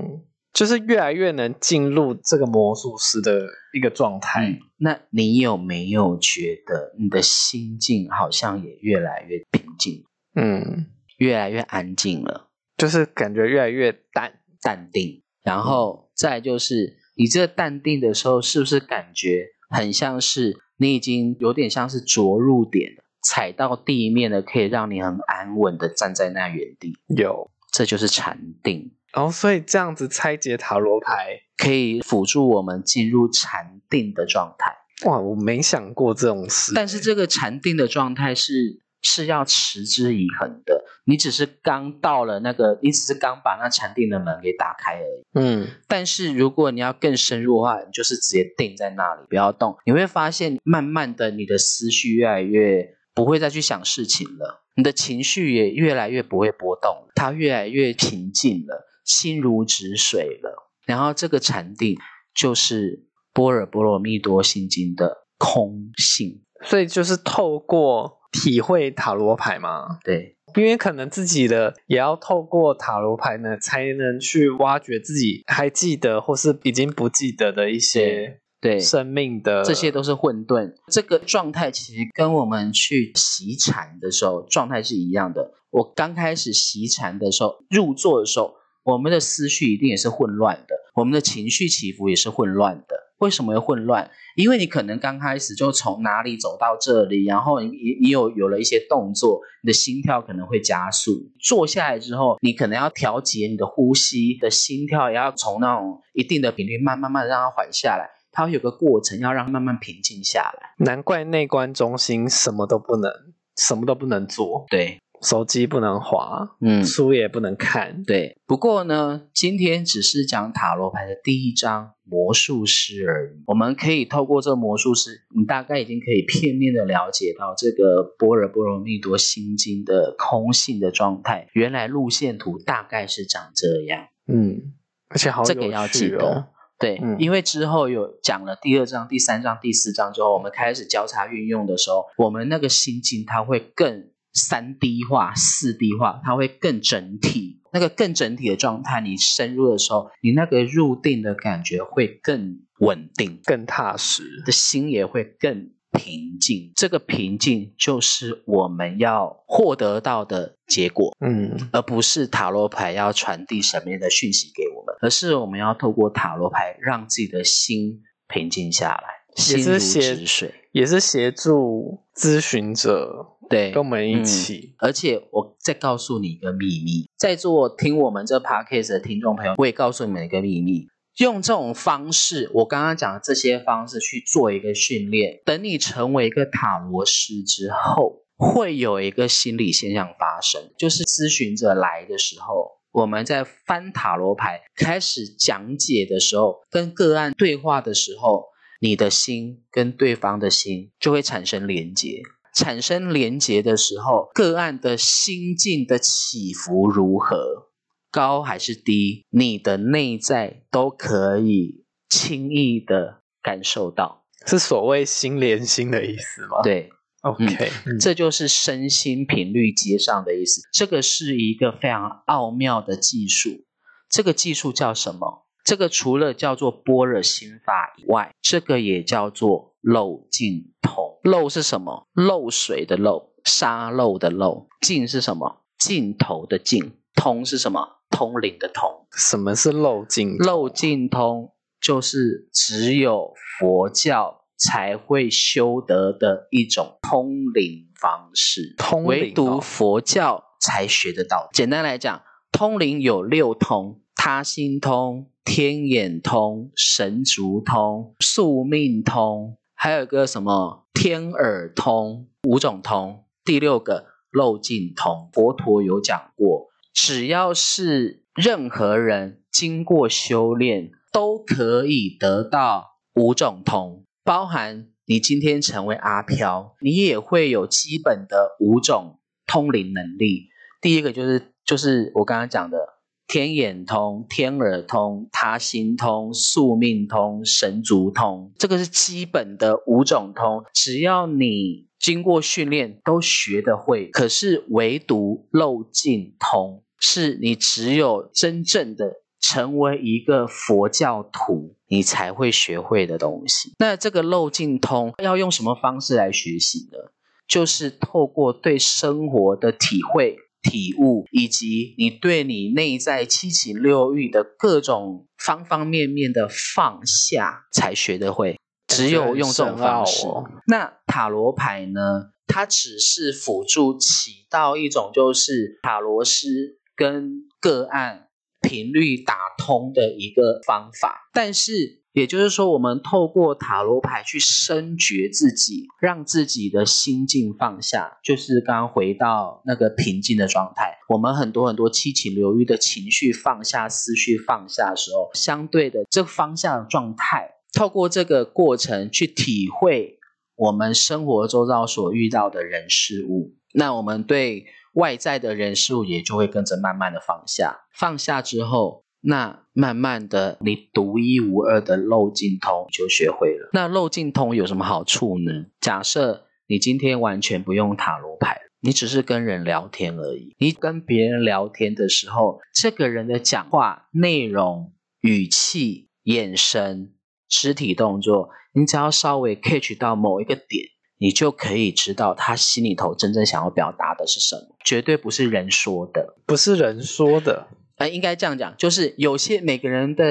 就是越来越能进入这个魔术师的一个状态。
嗯，那你有没有觉得你的心境好像也越来越平静，
嗯，
越来越安静了？
就是感觉越来越淡。
淡定，然后再就是你这淡定的时候，是不是感觉很像是你已经有点像是着陆点，踩到地面了，可以让你很安稳的站在那原地，
有，
这就是禅定，
然后所以这样子拆解塔罗牌，
可以辅助我们进入禅定的状态。
哇，我没想过这种事。
但是这个禅定的状态是是要持之以恒的，你只是刚到了那个，你只是刚把那禅定的门给打开而已。
嗯，
但是如果你要更深入的话，你就是直接定在那里，不要动。你会发现，慢慢的，你的思绪越来越不会再去想事情了，你的情绪也越来越不会波动了，它越来越平静了，心如止水了。然后这个禅定就是《般若波罗蜜多心经》的空性，
所以就是透过体会塔罗牌嘛，
对，
因为可能自己的也要透过塔罗牌呢，才能去挖掘自己还记得或是已经不记得的一些
对，
生命的
这些都是混沌。这个状态其实跟我们去洗禅的时候状态是一样的。我刚开始洗禅的时候，入座的时候，我们的思绪一定也是混乱的，我们的情绪起伏也是混乱的。为什么会混乱？因为你可能刚开始就从哪里走到这里，然后你你你有有了一些动作，你的心跳可能会加速。坐下来之后，你可能要调节你的呼吸，的心跳也要从那种一定的频率慢慢慢让它缓下来，它会有个过程，要让它慢慢平静下来。
难怪内观中心什么都不能，什么都不能做，
对，
手机不能滑，
嗯，
书也不能看。
对。不过呢，今天只是讲塔罗牌的第一张魔术师而已。我们可以透过这魔术师，你大概已经可以片面的了解到这个般若波罗蜜多心经的空性的状态。原来路线图大概是长这样。
嗯，而且好有
这
趣
个
哦。
要记得对，
嗯
因为之后有讲了第二章、第三章、第四章之后，我们开始交叉运用的时候，我们那个心境它会更三 D 化、四 D 化，它会更整体。那个更整体的状态，你深入的时候，你那个入定的感觉会更稳定，
更踏实
你的。心也会更平静。这个平静就是我们要获得到的结果。
嗯
而不是塔罗牌要传递什么样的讯息给我们，而是我们要透过塔罗牌让自己的心平静下来，心
是
如
写
止水。
也是协助咨询者
对
跟，我们
嗯
一起。
而且我再告诉你一个秘密，在座听我们这 podcast 的听众朋友，我也告诉你们一个秘密。用这种方式，我刚刚讲的这些方式去做一个训练，等你成为一个塔罗师之后，会有一个心理现象发生，就是咨询者来的时候，我们在翻塔罗牌开始讲解的时候，跟个案对话的时候，你的心跟对方的心就会产生连接。产生连结的时候，个案的心境的起伏如何，高还是低，你的内在都可以轻易的感受到。
是所谓心连心的意思吗？
对，
，OK，嗯
这就是身心频率接上的意思。这个是一个非常奥妙的技术。这个技术叫什么？这个除了叫做般若心法以外，这个也叫做漏尽通。漏是什么？漏水的漏，沙漏的漏。尽是什么？尽头的尽。通是什么？通灵的通。
什么是漏尽？
漏尽通就是只有佛教才会修得的一种通灵方式，
通灵哦
唯独佛教才学得到。简单来讲，通灵有六通：他心通、天眼通、神足通、宿命通，还有一个什么天耳通，五种通。第六个漏尽通，佛陀有讲过，只要是任何人经过修炼，都可以得到五种通，包含你今天成为阿飘，你也会有基本的五种通灵能力。第一个就是就是我刚刚讲的天眼通、天耳通、他心通、宿命通、神足通，这个是基本的五种通，只要你经过训练都学得会。可是唯独漏尽通，是你只有真正的。成为一个佛教徒，你才会学会的东西。那这个漏尽通要用什么方式来学习呢？就是透过对生活的体会、体悟，以及你对你内在七情六欲的各种方方面面的放下，才学得会。只有用这种方式。
感觉很深奥哦
那塔罗牌呢？它只是辅助起到一种就是塔罗师跟个案频率打通的一个方法，但是也就是说，我们透过塔罗牌去深觉自己，让自己的心境放下，就是刚刚回到那个平静的状态。我们很多很多七情六欲的情绪放下，思绪放下的时候，相对的这方向的状态，透过这个过程去体会我们生活周遭所遇到的人事物，那我们对外在的人事物也就会跟着慢慢的放下。放下之后，那慢慢的你独一无二的漏尽通就学会了。那漏尽通有什么好处呢？假设你今天完全不用塔罗牌，你只是跟人聊天而已。你跟别人聊天的时候，这个人的讲话内容、语气、眼神、肢体动作，你只要稍微 catch 到某一个点，你就可以知道他心里头真正想要表达的是什么，绝对不是人说的。
不是人说的，
呃，应该这样讲，就是有些每个人的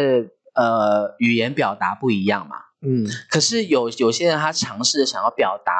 呃语言表达不一样嘛，
嗯，
可是有有些人他尝试着想要表达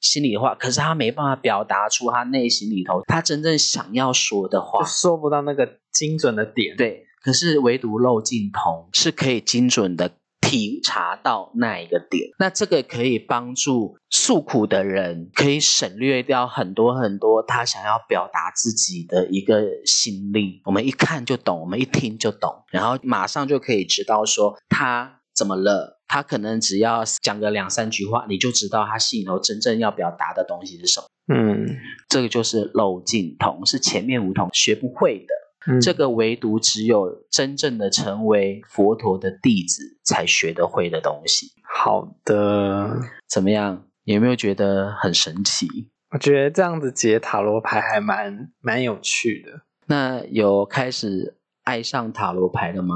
心里话，可是他没办法表达出他内心里头他真正想要说的话
就。说不到那个精准的点。，
对，可是唯独漏尽瞳是可以精准的体察到那一个点，那这个可以帮助诉苦的人可以省略掉很多很多他想要表达自己的一个心力。我们一看就懂，我们一听就懂，然后马上就可以知道说他怎么了。他可能只要讲个两三句话，你就知道他心里头真正要表达的东西是什么。
嗯，
这个就是漏尽瞳，是前面梧桐学不会的。
嗯
这个唯独只有真正的成为佛陀的弟子才学得会的东西。
好的，
怎么样？有没有觉得很神奇？
我觉得这样子解塔罗牌还蛮蛮有趣的，
那有开始爱上塔罗牌了吗？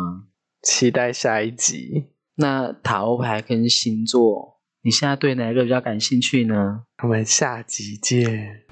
期待下一集。
那塔罗牌跟星座，你现在对哪一个比较感兴趣呢？
我们下集见。